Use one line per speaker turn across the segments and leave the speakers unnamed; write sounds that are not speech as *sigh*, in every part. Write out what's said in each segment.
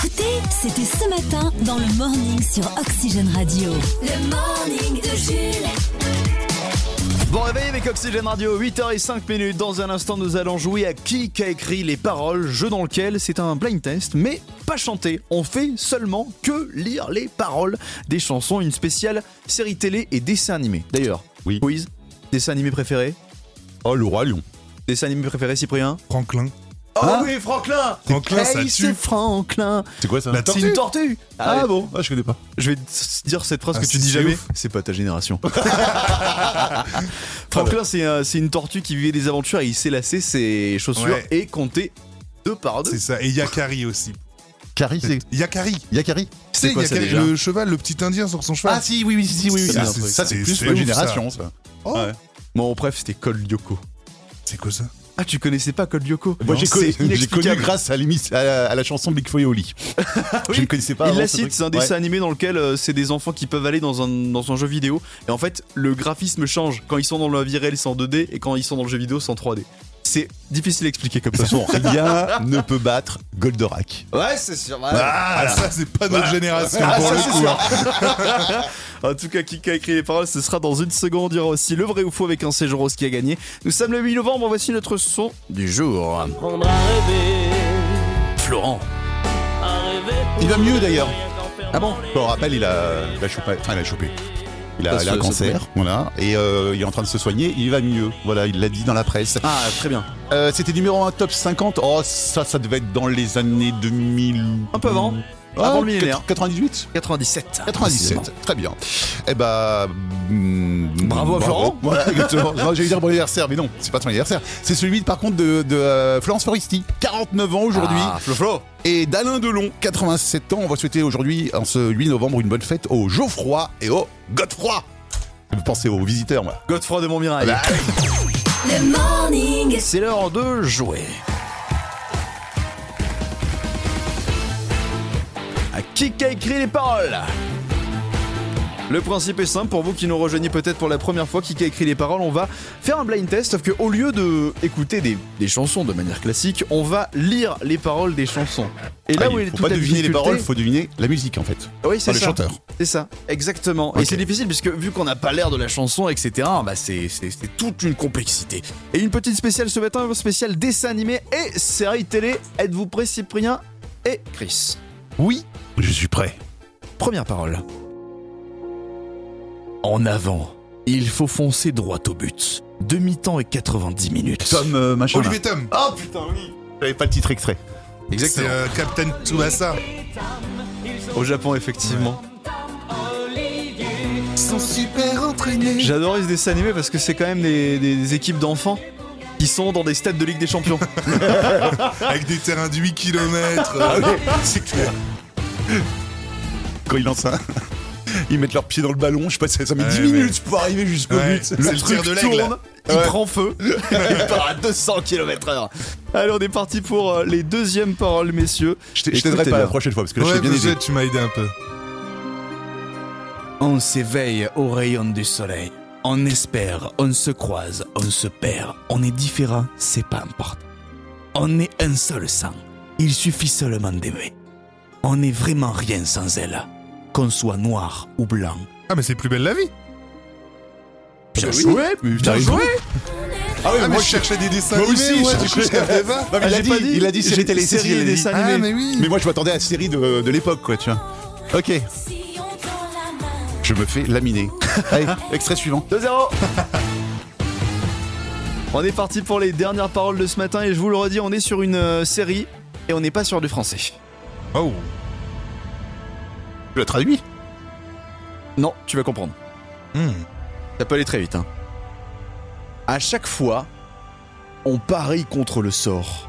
C'était ce matin dans le morning sur Oxygène Radio. Le morning de Jules.
Bon réveil avec Oxygène Radio, 8h05 minutes. Dans un instant, nous allons jouer à qui a écrit les paroles, jeu dans lequel c'est un blind test, mais pas chanté. On fait seulement que lire les paroles des chansons, une spéciale série télé et dessin animé. D'ailleurs,
oui.
quiz, dessin animé préféré
Oh, le Roi Lion.
Dessin animé préféré, Cyprien
Franklin.
Oh
Ah.
oui, Franklin
Franklin, ça
Hey,
tue.
c'est Franklin
C'est quoi ça
La
C'est une tortue Ah bon
Ah, je connais pas.
Je vais te dire cette phrase
Ah,
que tu
si,
dis
c'est
jamais.
ouf.
C'est pas ta génération. *laughs* Franklin, c'est un- c'est une tortue qui vivait des aventures et il s'est lassé ses chaussures
Ouais.
et comptait deux par deux.
C'est ça. Et Yakari aussi.
Kari, c'est.
Yakari.
Yakari
Tu sais,
quoi,
il y a
ça,
quel-
déjà
le cheval, le petit indien sur son cheval.
Ah, si, oui, oui, si, oui. oui.
Ça,
Ah,
c'est-
Ça, c'est
c'est-
plus
c'est
ma
ouf, ça.
génération, ça.
Oh,
Ouais.
Bon, bref, c'était Cold Yoko.
c'est quoi ça
Ah, tu connaissais pas Cold Yoko
Moi, j'ai
C'est
connu, j'ai
inexplicable.
connu grâce à, l'émission- à la, à la chanson Big Foy
*laughs*
Oli. Je ne connaissais pas.
Il
avant
la
ce
cite,
truc.
c'est un
Ouais.
dessin animé dans lequel euh, c'est des enfants qui peuvent aller dans un, dans un jeu vidéo. Et en fait, le graphisme change. Quand ils sont dans la vie réelle, c'est en 2D. Et quand ils sont dans le jeu vidéo, c'est en 3D. C'est difficile à expliquer comme
De
ça.
toute façon, rien Eh ne peut battre Goldorak.
Ouais, c'est sûr.
Ah, ça, c'est pas notre génération
Ah,
pour
ça,
le
*laughs* c'est
coup.
sûr. en tout cas, qui a écrit les paroles, ce sera dans une seconde. Il y aura aussi le vrai ou faux avec un séjour au ski à gagner. Nous sommes le 8 novembre, voici notre son du jour.
apprendre à rêver,
Florent.
à rêver pour
Il va mieux d'ailleurs.
rien qu'en fermant
Ah bon
les
Pour rappel, il a, il a chopé. Enfin, il a chopé. Il
Ça,
a, il
ça,
a un
ça
cancer, voilà, et euh, il est en train de se soigner, il va mieux, voilà, il l'a dit dans la presse.
Ah, très bien.
Euh, C'était numéro 1 top 50, oh ça, ça devait être dans les années 2000...
Un peu avant.
Ah,
Avant le millénaire.
98
97.
97, très bien. Eh bah. mm,
Bravo à Florent.
*laughs* Voilà, exactement. Non, J'allais dire bon anniversaire, mais non, c'est pas ton anniversaire. C'est celui, par contre, de, de, euh, Florence Foresti, 49 ans aujourd'hui.
Ah, Flo Flo.
Et d'Alain Delon, 87 ans. On va souhaiter aujourd'hui, en ce 8 novembre, une bonne fête aux Geoffroy et aux Godefroy. Ça me fait penser aux visiteurs, moi.
Godefroy de Montmirail.
Bah,
Le morning.
C'est l'heure de jouer. À qui a écrit les paroles le principe est simple pour vous qui nous rejoignez peut-être pour la première fois, qui a écrit les paroles, on va faire un blind test, sauf que au lieu de écouter des, des chansons de manière classique, on va lire les paroles des chansons. Et là
Ah, il
où il est
faut
toute
pas
la
deviner les
difficulté-
paroles, faut deviner la musique, en fait.
oui,
Pas
c'est
le
ça.
chanteur.
C'est ça, exactement. Et
Ok.
c'est difficile puisque vu qu'on n'a pas l'air de la chanson, etc., bah c'est c'est- c'est toute une complexité. Et une petite spéciale ce matin, spéciale dessin animé et série télé. Êtes-vous prêts, Cyprien et Chris
Oui, je suis prêt.
Première parole. En avant, il faut foncer droit au but. Demi-temps et 90 minutes.
Tom, euh, machin. là.
Olivier Tom,
Oh putain, oui. J'avais pas le titre extrait.
c'est
Exactement.
euh, Captain Tsubasa.
Au Japon, effectivement.
Ils sont super entraînés.
J'adorais ce dessin animé parce que c'est quand même des, des- des équipes d'enfants qui sont dans des stades de Ligue des Champions.
Avec des terrains de 8 km.
Ah,
*laughs*
C'est clair. Quand ils lancent un. *laughs* Ils mettent leurs pieds dans le ballon, je sais pas, ça ça met
Ouais,
10
ouais.
minutes pour arriver jusqu'au
Ouais,
but.
c'est le tir de l'aigle.
tourne, il prend feu, il part à 200 km/h. Allez, on est parti pour euh, les deuxièmes paroles, messieurs.
Je t'ai- je t'aiderai
Écoutez
pas la
bien.
prochaine fois parce que là je
Ouais,
t'ai bien aidé.
peut-être tu m'as aidé un peu.
On s'éveille aux rayons du soleil. On espère, on se croise, on se perd. On est différent, c'est pas important. On est un seul sang. Il suffit seulement d'aimer. On n'est vraiment rien sans elle. Qu'on soit noir ou blanc.
Ah, mais c'est plus belle la vie.
Bien
oui. Bien joué.
Ah,
oui,
mais
moi,
je cherchais des dessins
Moi
animés,
aussi,
moi,
je-
du coup, je savais pas.
Non, mais
Elle
il,
a
a dit,
pas dit.
il a dit
J'ai-
série télé,
série
série
et
télé.
dessin.
Ah,
animé.
mais oui.
Mais moi je m'attendais à la série de, de l'époque quoi, tu vois. Ok, je me fais laminer. Allez, extrait suivant.
2-0 On est parti pour les dernières paroles de ce matin et je vous le redis, on est sur une euh, série et on n'est pas sur du français.
Oh.
Je le traduis.
Non, tu vas comprendre.
Hmm.
Ça peut aller très vite. Hein. À chaque fois, on parie contre le sort.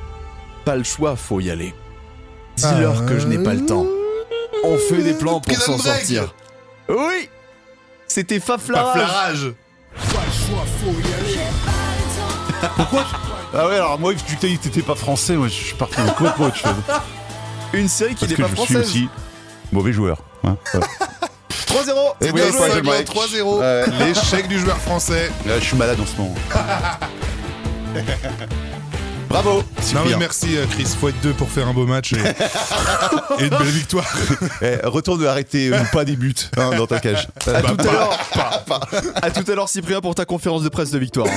Pas le choix, faut y aller. Dis-leur que je n'ai pas le temps. On fait des plans pour s'en
Prison Break.
sortir. Oui C'était
Pas
Faflara.
flarage.
Ah ouais, alors moi tu t'es dit que t'étais pas français, moi je suis parti de quoi pour autre *laughs* chose.
Une série qui
Parce
n'est
que
pas
je suis
française.
aussi mauvais joueur. hein. *laughs* Voilà.
3-0
Et Eh oui,
Bien
ouais,
joué, bien,
Prison Break.
3-0.
Ouais. *laughs*
L'échec du joueur français.
Là, je suis malade en ce moment. Bravo
Non, mais
Cyprien.
merci euh, Chris, faut être deux pour faire un beau
*laughs*
match et, et une belle victoire.
Eh, retourne arrêter ou pas des buts hein, dans ta *laughs* cage.
À tout à
pas-
l'heure. À tout à l'heure, Cyprien, pour ta conférence de presse de victoire.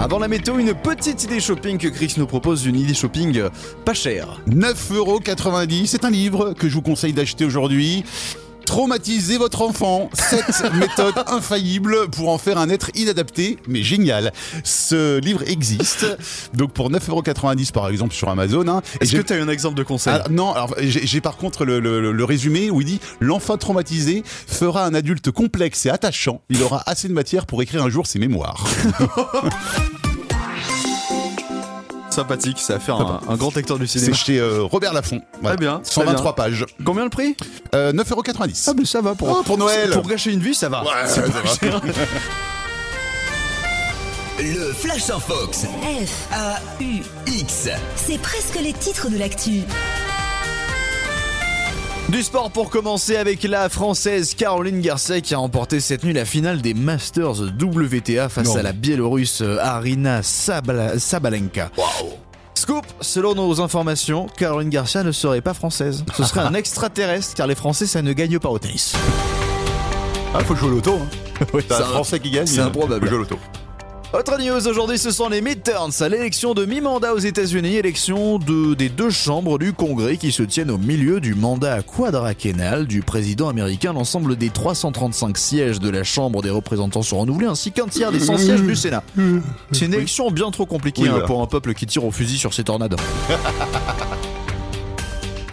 Avant la météo, une petite idée shopping que Chris nous propose, une idée shopping euh, pas chère.
9,90€, c'est un livre que je vous conseille d'acheter aujourd'hui. Traumatisez votre enfant.
*laughs*
Cette méthode infaillible pour en faire un être inadapté, mais génial. Ce livre existe. Donc pour 9,90€ par exemple sur Amazon. hein. Et
Est-ce
j'ai-
que t'as un exemple de conseil
Ah, non, alors j'ai j'ai par contre le, le- le résumé où il dit l'enfant traumatisé fera un adulte complexe et attachant. Il aura assez de matière pour écrire un jour ses mémoires.
Sympathique, ça va faire un, un grand acteur du
C'est
cinéma.
chez euh, Robert Laffont. Voilà.
Très bien, très
123 pages.
Combien le prix
Euh, 9,90€.
mais ça va
Oh, pour Noël.
Pour gâcher une vie, ça va. C'est pas cher.
Le Flash en Fox.
F,
X.
c'est presque les titres de l'actu.
Du sport pour commencer avec la française Caroline Garcia qui a remporté cette nuit la finale des Masters WTA face à la biélorusse Arina Sabala- Sabalenka. Scoop, selon nos informations, Caroline Garcia ne serait pas française. Ce serait
*laughs*
un extraterrestre car les Français ça ne gagne pas au tennis.
Ah, faut jouer l'auto.
*laughs*
Hein. T'as
ça-
un Français qui gagne. hein.
c'est improbable.
Faut jouer l'auto.
Autre news aujourd'hui, ce sont les midterms à l'élection de mi-mandat aux États-Unis, élection de, des deux chambres du Congrès qui se tiennent au milieu du mandat quadraquennal du président américain. L'ensemble des 335 sièges de la Chambre des représentants sont renouvelés ainsi qu'un tiers des 100 sièges du Sénat. C'est une élection bien trop compliquée
Oui,
hein,
voilà.
pour un peuple qui tire au fusil sur ses tornades.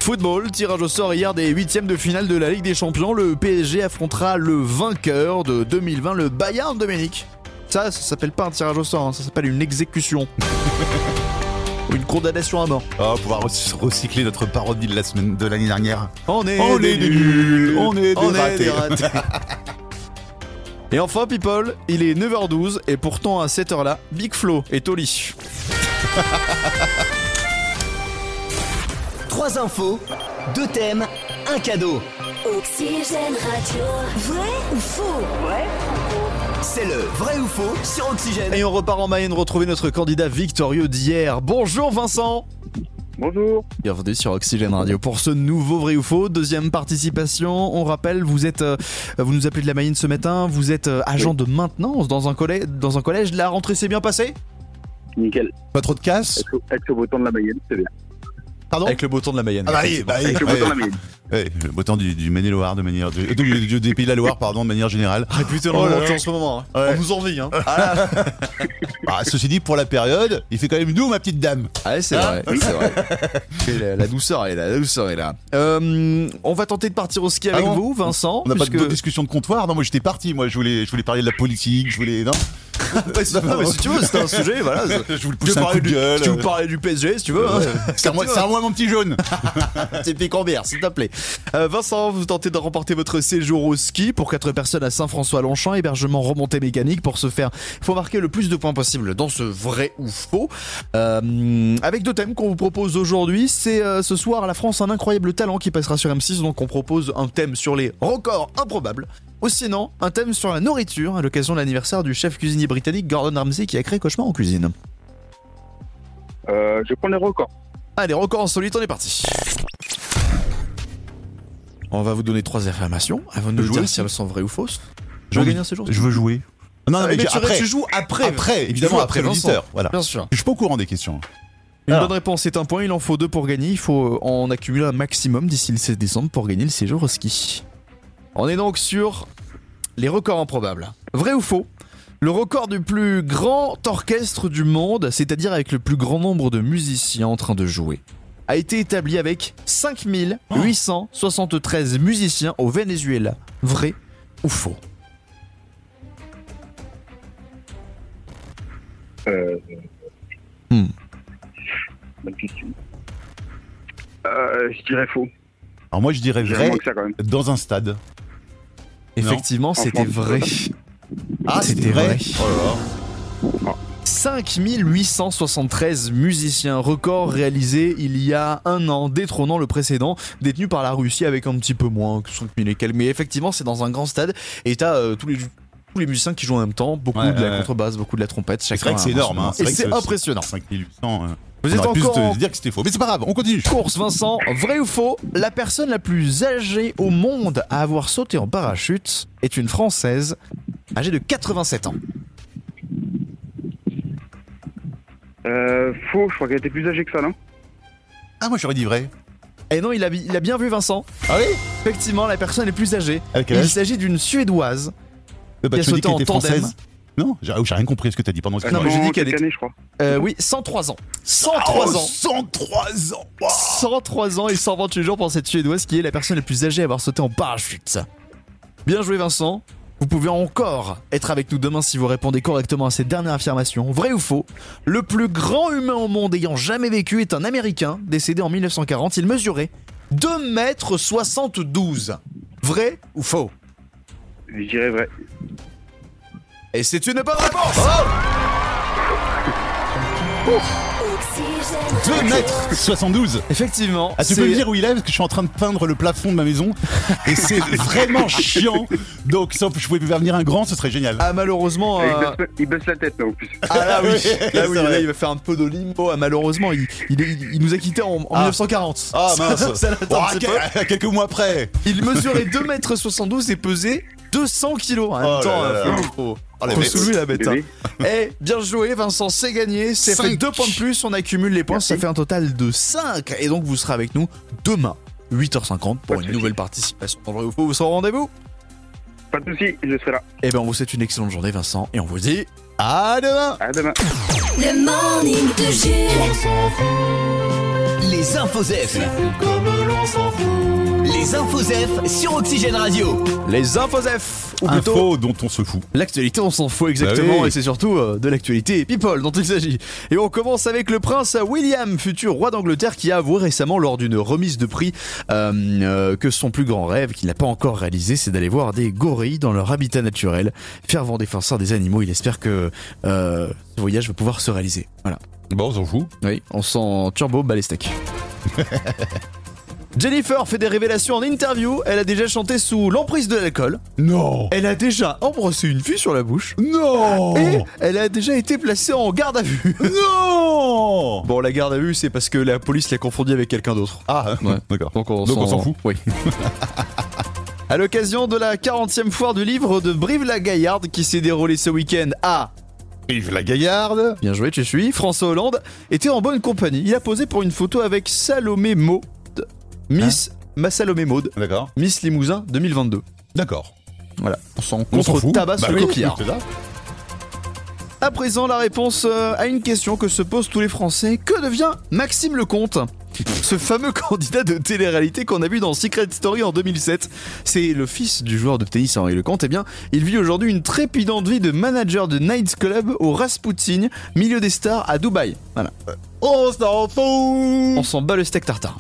Football, tirage au sort hier des huitièmes de finale de la Ligue des Champions. Le PSG affrontera le vainqueur de 2020, le Bayern Dominique. Ça, ça s'appelle pas un tirage au sort, hein, ça s'appelle une exécution. *laughs* Ou une condamnation à mort.
Ah, on va pouvoir rec- recycler notre parodie de la semaine de l'année dernière.
On est,
On
des
est des
nuls,
nuls, on est des ratés.
ratés.
*laughs*
Et enfin, people, il est 9h12 et pourtant à cette heure-là, Big Flo est au lit.
Trois infos, deux thèmes, un cadeau.
Oxygène Radio. Vrai ou faux
C'est le vrai ou faux sur Oxygène.
Et on repart en Mayenne retrouver notre candidat victorieux d'hier. Bonjour Vincent
Bonjour.
Bienvenue sur Oxygène Radio pour ce nouveau vrai ou faux. Deuxième participation. On rappelle, vous êtes, euh, vous nous appelez de la Mayenne ce matin. Vous êtes euh, agent de maintenance dans un collège. Dans un collège, la rentrée s'est bien passée
Nickel.
Pas trop de casse
Avec le- Avec le beau temps de la Mayenne, c'est bien.
Pardon
le beau temps de la Mayenne.
Ah bah oui, bah oui,
Avec le beau
ouais.
temps de la Mayenne.
Ouais, le beau temps du, du Maine-et-Loire de manière. du- du- du- des pays de la Loire, pardon, de manière générale.
Ah, putain,
Oh
on
là
est
là.
en ce moment. hein.
Ouais.
On nous envie. Hein.
Ah, ceci dit, pour la période, il fait quand même doux, ma petite dame.
Ah ouais, c'est vrai, c'est vrai. *laughs* Et La, la douceur est là, la douceur est là. Euh, on va tenter de partir au ski avec
non.
vous, Vincent.
On n'a
puisque-
pas de discussion de comptoir. Non, moi j'étais parti. Moi, je voulais, je voulais parler de la politique. Je voulais. Non,
*laughs* Ouais, si- non, mais si tu veux, c'est un sujet, voilà. *laughs*
je voulais
Tu
pousser un coup de gueule.
veux parler du PSG si tu veux. hein. *laughs*
C'est moi, serre-moi mon petit jaune.
Typique en bière, s'il te plaît. Euh, Vincent, vous tentez de remporter votre séjour au ski pour 4 personnes à Saint-François-Longchamp, hébergement remontée mécanique pour se faire. Il faut marquer le plus de points possible dans ce vrai ou faux. Euh, avec deux thèmes qu'on vous propose aujourd'hui, c'est euh, ce soir la France un incroyable talent qui passera sur M6, donc on propose un thème sur les records improbables. Ou sinon, un thème sur la nourriture à l'occasion de l'anniversaire du chef cuisinier britannique Gordon Ramsay qui a créé Cauchemar en cuisine.
Euh, je prends les records.
Allez, record insolites, on est parti. On va vous donner trois affirmations avant de nous
Jouer
dire
aussi.
si elles sont vraies ou fausses.
J'ai
Je veux
envie-
gagner un séjour.
Je veux jouer. Non, non, mais,
Ah, mais
j'ai-
tu,
après,
tu joues après.
après, évidemment,
joues
après,
après,
l'auditeur. Voilà.
Bien sûr.
Je suis pas au courant des questions.
Une
Alors.
bonne réponse est un point, il en faut deux pour gagner. Il faut euh, en accumuler un maximum d'ici le 16 décembre pour gagner le séjour au ski. On est donc sur les records improbables. Vrai ou faux Le record du plus grand orchestre du monde, c'est-à-dire avec le plus grand nombre de musiciens en train de jouer, a été établi avec 5873 musiciens au Venezuela. Vrai ou faux
Euh...
Hmm.
Bonne question. Euh, je dirais faux.
Alors moi, je dirais
Je dirais
vrai
moins que ça quand même.
dans un stade.
Effectivement, c'était
franchement,
vrai.
Ah,
C'était
c'était vrai. Oh
vrai. 5873 musiciens, record réalisé il y a un an, détrônant le précédent, détenu par la Russie avec un petit peu moins que 5000 et quelques. Mais effectivement, c'est dans un grand stade et t'as euh, tous les tous les musiciens qui jouent en même temps, beaucoup
Ouais,
de la
ouais.
contrebasse, beaucoup de la trompette.
C'est vrai
chacun
que c'est
un
énorme. hein.
instrument. Et c'est
vrai que ce-
impressionnant.
5800. euh,
Vous
on
êtes
aurait pu
encore en
se dire que c'était faux. Mais c'est pas grave, on continue.
course, Vincent. Vrai ou faux La personne la plus âgée au monde à avoir sauté en parachute est une Française âgée de 87 ans.
Euh, faux, je crois qu'elle était plus âgée que ça, non
Ah, moi j'aurais dit vrai.
Et Eh non, il a, il a bien vu Vincent.
Ah oui
Effectivement, la personne est plus âgée.
Avec quel
Il
âge
s'agit d'une Suédoise.
Euh, bah,
il a
Tu me
sauté
dis qu'elle
en
était
tandem.
française Non, j'ai ah, j'ai rien compris ce que t'as dit. Pardon,
Euh,
excuse-moi.
mais j'ai
non,
dit qu'elle
quelques
était-
années, je crois.
Euh, oui, 103 ans. 103
Oh,
ans.
103 ans Waouh.
103 ans et 128 jours pour cette Suédoise qui est la personne la plus âgée à avoir sauté en parachute. Bien joué Vincent. Vous pouvez encore être avec nous demain si vous répondez correctement à cette dernière affirmation. Vrai ou faux Le plus grand humain au monde ayant jamais vécu est un Américain décédé en 1940. Il mesurait 2 mètres 72. Vrai ou faux
Je dirais vrai.
Et c'est une bonne réponse
Oh
Oxygène.
2 mètres 72
Effectivement.
ah, tu peux
c'est-
me dire où il est parce que je suis en train de peindre le plafond de ma maison
*laughs*
et c'est vraiment chiant. Donc, si je pouvais faire venir un grand, ce serait génial.
Ah malheureusement...
Et
euh,
Il, baisse, il baisse la tête, là, en plus.
Ah là oui,
Oui,
là,
c'est
oui,
vrai.
là, il va faire un peu de limbo. Ah, malheureusement, il, il est- il nous a quittés en, en 1940.
Ah mince
Ça l'attend
Oh,
un petit
à- à Quelques mois après
peu. Il mesurait 2m72 et pesait 200 kg. En même
Oh là
temps,
là
euh,
là.
faut- faut-
Oh, la
faut
bête.
soulever la bête. hein.
Bébé.
Eh, bien joué, Vincent, c'est gagné. C'est
Cinq.
fait 2 points de plus. On accumule les points. Ça fait un total de 5. Et donc, vous serez avec nous demain, 8h50, pour une nouvelle participation. Pour vrai ou faux, vous serez au rendez-vous.
Pas de soucis, je serai là.
Eh bien, on vous souhaite une excellente journée, Vincent. Et on vous dit.
À demain
À demain.
Le morning de Jules.
Les infos F. Les infos F sur Oxygène Radio.
Les infosef Ou plutôt.
Info dont on se fout.
L'actualité, on s'en fout exactement,
Bah oui.
et c'est surtout euh, de l'actualité people dont il s'agit. Et on commence avec le prince William, futur roi d'Angleterre, qui a avoué récemment lors d'une remise de prix euh, euh, que son plus grand rêve, qu'il n'a pas encore réalisé, c'est d'aller voir des gorilles dans leur habitat naturel. Fervent défenseur des animaux, il espère que euh, ce voyage va pouvoir se réaliser. Voilà.
Bon, on s'en fout.
Oui, on sent turbo balai steak. *laughs* Jennifer fait des révélations en interview, elle a déjà chanté sous l'emprise de l'alcool,
Non
elle a déjà embrassé une fille sur la bouche.
Non
Et elle a déjà été placée en garde à vue.
Non
*laughs* Bon, la garde à vue, c'est parce que la police l'a confondue avec quelqu'un d'autre.
Ah,
Ouais.
d'accord.
Donc on
Donc on s'en fout.
Oui. *laughs* à l'occasion de la 40e foire du livre de Brive-la-Gaillarde qui s'est déroulée ce week-end à.
Yves la Gaillarde
Bien joué, tu suis. François Hollande était en bonne compagnie. Il a posé pour une photo avec Salomé Maud, Miss. Ma Salomé Maud,
D'accord.
Miss Limousin 2022.
D'accord.
Voilà. On s'en
On s'en
contre
fout.
tabac
Bah
sur le
oui,
coquillard.
c'est ça.
À présent, la réponse euh, à une question que se posent tous les Français. Que devient Maxime Lecomte Ce fameux *laughs* candidat de télé-réalité qu'on a vu dans Secret Story en 2007. C'est le fils du joueur de tennis Henri Lecomte. Eh bien, il vit aujourd'hui une trépidante vie de manager de Night Club au Rasputin, milieu des stars à Dubaï. Voilà.
Euh, On s'en fout
On s'en bat le steak
*laughs*
tartare.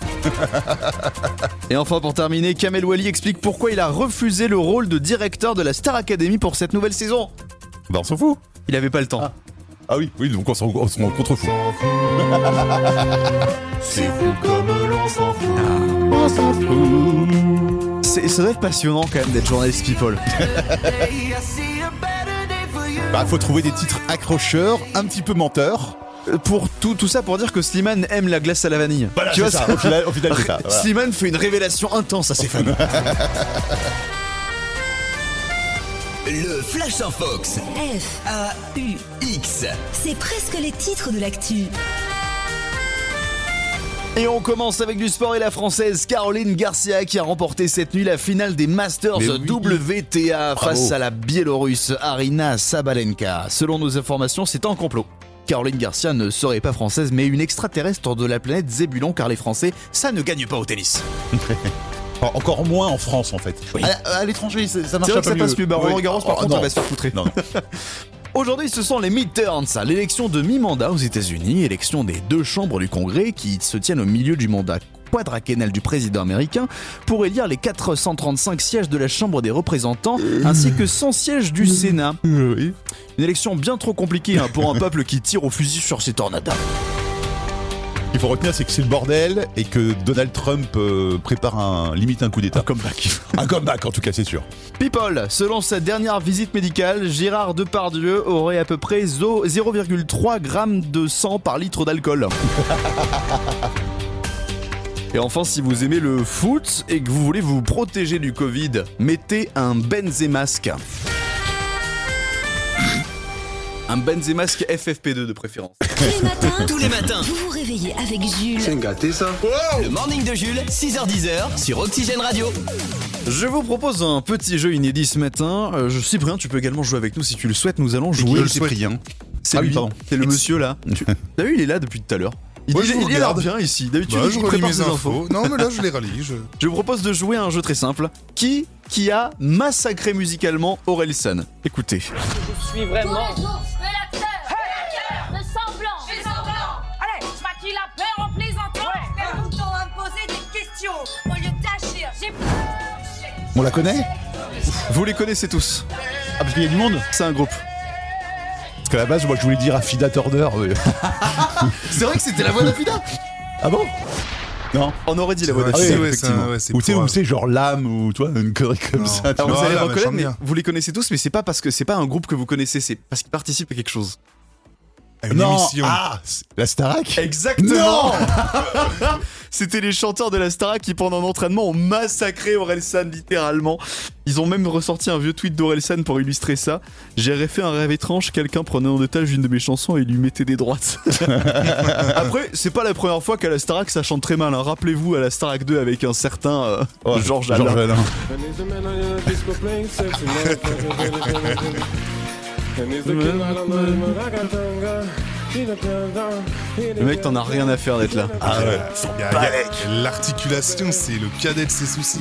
Et enfin, pour terminer, Kamel Wally explique pourquoi il a refusé le rôle de directeur de la Star Academy pour cette nouvelle saison.
Bah, on s'en fout.
Il avait pas le temps.
Ah oui, oui, donc on s'en on s'en contrefout.
C'est ça doit être passionnant quand même d'être journaliste people.
Bah, faut trouver des titres accrocheurs, un petit peu menteurs.
Euh, pour tout, tout ça pour dire que Slimane aime la glace à la vanille.
Voilà, c'est ça. Au final, au final, c'est ça.
*laughs*
Voilà.
Slimane fait une révélation intense à ses
*laughs*
fans.
Le Flash en Fox.
F,
A-U-X.
c'est presque les titres de l'actu.
et on commence avec du sport et la française Caroline Garcia qui a remporté cette nuit la finale des Masters
Mais oui.
WTA
Bravo.
face à la Biélorusse Arina Sabalenka. Selon nos informations, c'est un complot. Caroline Garcia ne serait pas française mais une extraterrestre de la planète Zébulon car les Français, ça ne gagne pas au tennis. Ah,
Enfin, Encore moins en France, en fait. À, à l'étranger, c'est- ça marche
C'est vrai
un
que
peu
ça
mieux.
passe plus. Bah, Roland
Oui.
Garros, par
Oh,
contre,
non.
on va se faire poutrer.
Non, non.
*laughs* Aujourd'hui, ce sont les midterms, ça, l'élection de mi-mandat aux États-Unis, élection des deux chambres du Congrès qui se tiennent au milieu du mandat quadraquennal du président américain pour élire les 435 sièges de la Chambre des représentants ainsi que 100 sièges du Sénat.
Euh,
Oui.
Une élection bien trop compliquée hein, pour un peuple qui tire au fusil sur ses tornadas.
qu'il faut retenir, c'est que c'est le bordel et que Donald Trump euh, prépare un, limite un coup d'État.
comeback.
Un comeback, en tout cas, c'est sûr.
People, selon sa dernière visite médicale, Gérard Depardieu aurait à peu près zo- 0,3 g de sang par litre d'alcool. *laughs* Et enfin, si vous aimez le foot et que vous voulez vous protéger du Covid, mettez un benzemasque. Un benzemasque FFP2 de préférence.
Tous les matins,
Tous les matins,
vous vous réveillez avec Jules.
le morning de Jules, 6h10 sur Oxygène Radio.
Je vous propose un petit jeu inédit ce matin. Euh, je- Cyprien, tu peux également jouer avec nous si tu le souhaites. Nous allons jouer.
Cyprien.
C'est
Ah oui,
lui.
pardon.
C'est le monsieur là. *laughs* Tu- T'as vu, il est là depuis tout à l'heure. Il,
Moi,
il-
je vous
il est là
regarde.
bien ici. D'habitude,
Bah,
il
je relis
prépare
mes
ses infos.
infos. Non, mais là, je les relis. Je...
Je vous propose de jouer à un jeu très simple. Qui qui a massacré musicalement Orelsan Écoutez.
Je suis vraiment.
fais l'acteur Fais semblant Fais semblant Allez, je maquille la peur en plaisantant Mais vous t'ont imposé des questions au lieu d'agir J'ai
On la connaît
Vous les connaissez tous.
Ah, parce qu'il y a du monde
C'est un groupe.
Parce qu'à la base, moi, je voulais dire Afida Turner. mais-
C'est vrai que c'était la voix d'Afida
Ah bon Non
On aurait dit la voix
Ouais,
d'Afida,
c'est- ouais, c'est un-
effectivement.
ouais, c'est
Ou tu sais,
euh,
pour-
où c'est genre l'âme ou toi, une connerie comme
Non.
*laughs* ça. tu
Alors, vous
vois.
allez
Voilà,
reconnaître,
machin
mais
bien.
vous les connaissez tous, mais c'est pas parce que c'est pas un groupe que vous connaissez, c'est parce qu'ils participent à quelque chose.
à une
Non,
émission.
ah, c'est- la Starac
Exactement *laughs* C'était les chanteurs de la Stara qui pendant l'entraînement ont massacré Orelsan littéralement. Ils ont même ressorti un vieux tweet d'Orelsan pour illustrer ça. J'aurais fait un rêve étrange, quelqu'un prenait en otage une de mes chansons et lui mettait des
*laughs*
droites. Après, c'est pas la première fois qu'à la Starac ça chante très mal. hein. Rappelez-vous à la Starac 2 avec un certain euh,
Ouais,
Georges Alain.
Alain.
Le mec t'en as rien à faire d'être là.
Ah ouais.
Y a- y a- L'articulation, c'est le cadet de ses soucis.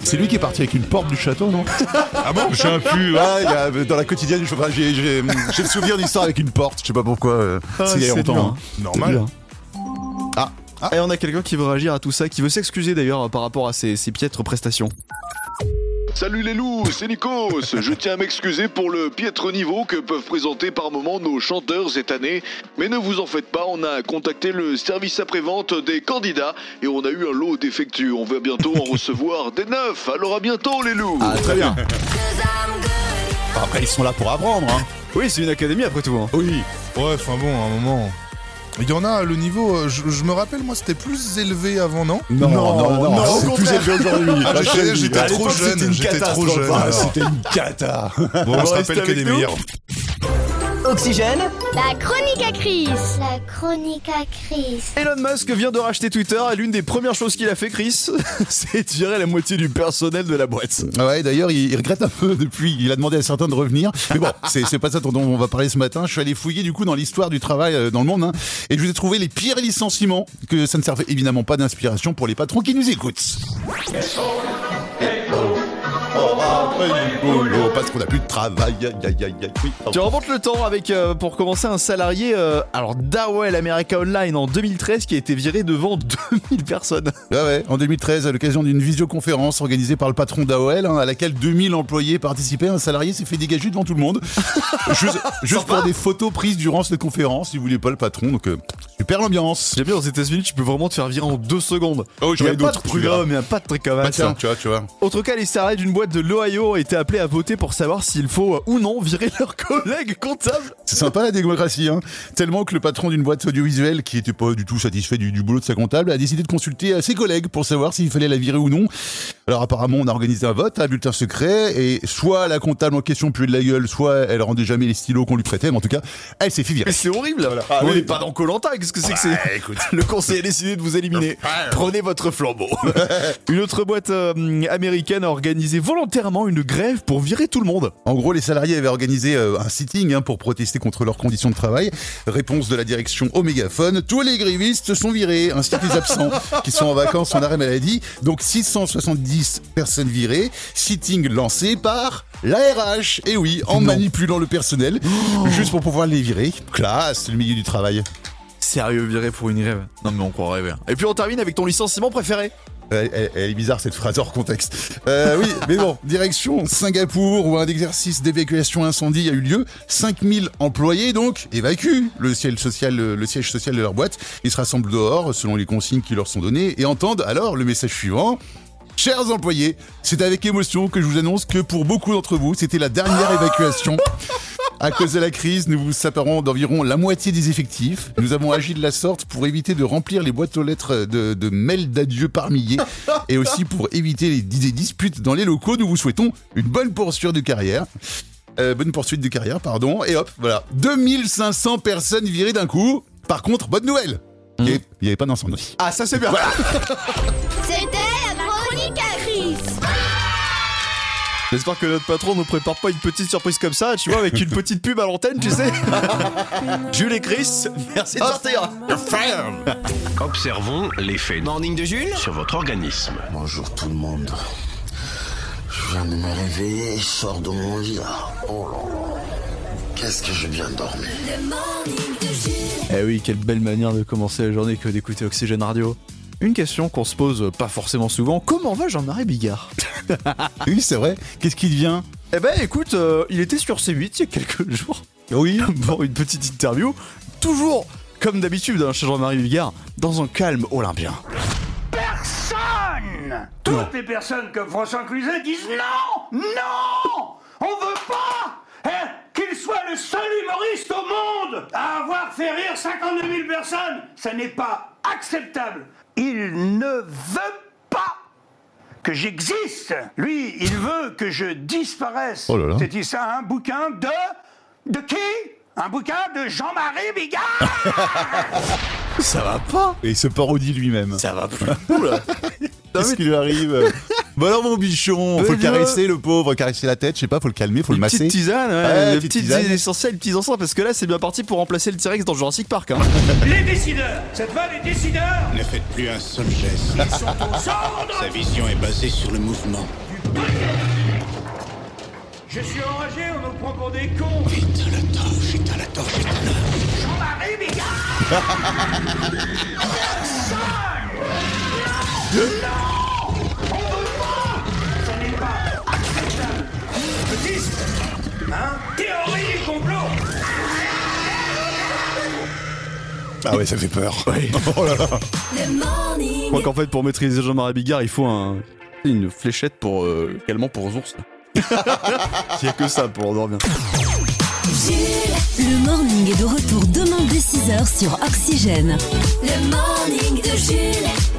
*laughs* C'est lui qui est parti avec une porte du château, non
Ah bon Je suis un pu.
Ouais, il y a- dans la quotidienne, je- enfin, j'ai j'ai- j'ai le souvenir d'histoire avec une porte, je sais pas pourquoi. euh,
Ah,
c'est il y a
c'est dur,
longtemps.
hein.
hein.
Normal.
Ah, Et on a quelqu'un qui veut réagir à tout ça, qui veut s'excuser d'ailleurs euh, par rapport à ses- ses piètres prestations.
Salut les loups, c'est Nikos. Je tiens à m'excuser pour le piètre niveau que peuvent présenter par moment nos chanteurs cette année. Mais ne vous en faites pas, on a contacté le service après-vente des candidats et on a eu un lot défectueux. On va bientôt en recevoir des neufs. Alors à bientôt les loups.
Ah, très bien. Après, ils sont là pour apprendre, hein.
Oui, c'est une académie après tout. hein.
Oui.
Ouais, enfin bon, à un moment. Il y en a, le niveau, euh, je, je me rappelle, moi, c'était plus élevé avant, non
Non, non, non,
non, au
c'est plus
contraire.
élevé aujourd'hui. Bah,
Ah,
La
j'étais-
chaîne,
j'étais
à
trop
l'époque, c'était
jeune,
une
j'étais trop jeune.
catastrophe. Ah,
alors.
C'était une cata.
Bon, on se
restez
rappelle que
avec
des
nous.
meilleurs.
Oxygène,
La chronique à crise La chronique à crise
Elon Musk vient de racheter Twitter et l'une des premières choses qu'il a fait, Chris, *laughs* c'est tirer la moitié du personnel de la boîte.
Ouais, d'ailleurs, il, il regrette un peu depuis. Il a demandé à certains de revenir.
*laughs*
Mais bon, c'est c'est pas ça dont on va parler ce matin. Je suis allé fouiller du coup dans l'histoire du travail euh, dans le monde. hein. et je vous ai trouvé les pires licenciements, que ça ne servait évidemment pas d'inspiration pour les patrons qui nous écoutent. Parce qu'on a plus de travail. Aïe, aïe, aïe, aïe. Oui,
Tu
pardon.
remontes le temps avec, euh, pour commencer, un salarié, euh, alors Dawell America Online en 2013, qui a été viré devant *laughs* 2000 personnes.
Ah ouais, en 2013, à l'occasion d'une visioconférence organisée par le patron d'AOL, hein, à laquelle 2000 employés participaient, un salarié s'est fait dégager devant tout le monde. juste juste pour des photos prises durant cette conférence, il voulait pas le patron, donc euh, super l'ambiance.
J'aime bien, aux États-Unis, tu peux vraiment te faire virer en deux secondes.
Oh,
Il y a pas de programme, il y a pas de truc comme
Bah
ça.
tiens, tu vois, tu vois.
Autre cas, les salariés d'une boîte de l'Ohio ont été appelés à voter pour savoir s'il faut euh, ou non virer *laughs* leur collègue comptable.
C'est sympa la démocratie, hein. Tellement que le patron d'une boîte audiovisuelle qui était pas du tout satisfait du, du boulot de sa comptable a décidé de consulter euh, ses collègues pour savoir s'il fallait la virer ou non. Alors apparemment, on a organisé un vote, un bulletin secret, et soit la comptable en question puait de la gueule, soit elle rendait jamais les stylos qu'on lui prêtait, mais en tout cas, elle s'est fait virer.
Mais c'est horrible.
Ah
On
oui. Bah,
n'est pas dans Colanta, qu'est-ce que c'est que c'est
écoute.
*laughs*
Ah,
Le conseil a décidé de vous éliminer. Prenez votre
*laughs*
flambeau. une autre boîte euh, américaine a organisé volontairement une grève pour virer tout le monde.
En gros, les salariés avaient organisé euh, un sitting hein, pour protester contre leurs conditions de travail. Réponse de la direction au mégaphone tous les grévistes sont virés, ainsi que les absents qui sont en vacances en arrêt maladie. Donc 670 personnes virées, sitting lancé par l'ARH. Et oui, en manipulant le personnel, juste pour pouvoir les virer. Classe, le milieu du travail.
hein. Sérieux, virer pour une grève Non mais on croirait bien. Et puis on termine avec ton licenciement préféré.
Elle, elle- elle est bizarre cette phrase hors contexte. Euh, oui, mais bon, direction Singapour où un exercice d'évacuation incendie a eu lieu. 5000 employés donc évacuent le siège, social, euh, le siège social de leur boîte. Ils se rassemblent dehors selon les consignes qui leur sont données et entendent alors le message suivant. Chers employés, c'est avec émotion que je vous annonce que pour beaucoup d'entre vous, c'était la dernière évacuation. À cause de la crise, nous vous séparons d'environ la moitié des effectifs. Nous avons agi de la sorte pour éviter de remplir les boîtes aux lettres de, de mails d'adieu par *laughs* milliers et aussi pour éviter les, dis- des disputes dans les locaux. Nous vous souhaitons une bonne poursuite de carrière. Euh, bonne poursuite de carrière, pardon. Et hop, voilà. 2500 personnes virées d'un coup. Par contre, bonne nouvelle. Il n'y avait pas d'incendie.
Ah, ça c'est bien.
C'était la chronique à Chris.
J'espère que notre patron ne prépare pas une petite surprise comme ça, tu vois, avec une petite pub à l'antenne, tu sais. Jules et Chris, merci de sortir.
Observons l'effet Morning de Jules sur votre organisme. Bonjour tout le monde.
Je viens de me réveiller, je sors de mon lit là. Oh là là. Qu'est-ce que j'ai bien dormi.
Eh oui, quelle belle manière de commencer la journée que d'écouter Oxygène Radio. Une question qu'on se pose pas forcément souvent, comment va Jean-Marie Bigard
*laughs* Oui, c'est vrai. Qu'est-ce qu'il devient
Eh ben écoute, euh, il était sur C8 il y a quelques jours. *laughs*
Oui.
Bon, une petite interview. Toujours, comme d'habitude, hein, chez Jean-Marie Bigard, dans un calme olympien.
Personne Toutes les personnes comme François Cluzet disent non Non On veut pas hein, qu'il soit le seul humoriste au monde à avoir fait rire 52 000 personnes Ça n'est pas acceptable Il ne veut pas que j'existe Lui, il veut que je disparaisse
Oh là là.
C'est-il ça, un bouquin de... De qui Un bouquin de Jean-Marie Bigard
*laughs* Ça va pas
Et il se parodie lui-même.
Ça va plus.
Qu'est-ce qui
*laughs*
lui arrive Bon alors mon bichon, faut
Mais
le caresser
viens.
le pauvre, caresser la tête, je sais pas, faut le calmer, faut le masser.
Petite tisane, ouais,
Ouais,
le
petite
petit
tisane.
essentiel, le petit ensemble, parce que là c'est bien parti pour remplacer le T-Rex dans Jurassic Park. Hein.
Les décideurs Cette fois, les décideurs
Ne faites plus un seul geste. Sa vision est basée sur le mouvement.
Je suis enragé, on nous prend pour des cons Éteins la torche, éteins la torche, éteins la... Jean-Marie Bigard Personne Non On veut pas Ça n'est pas acceptable Petite Hein Théorie du complot
Ah ouais, ça fait peur. Oh là là.
Le
Je
morning.
crois qu'en fait pour maîtriser Jean-Marie Bigard il faut un- une fléchette pour euh, calmant pour *laughs* ours. Il y a que ça pour endormir.
Jules. Le morning est de retour demain dès 6h sur Oxygène. Le morning de Jules.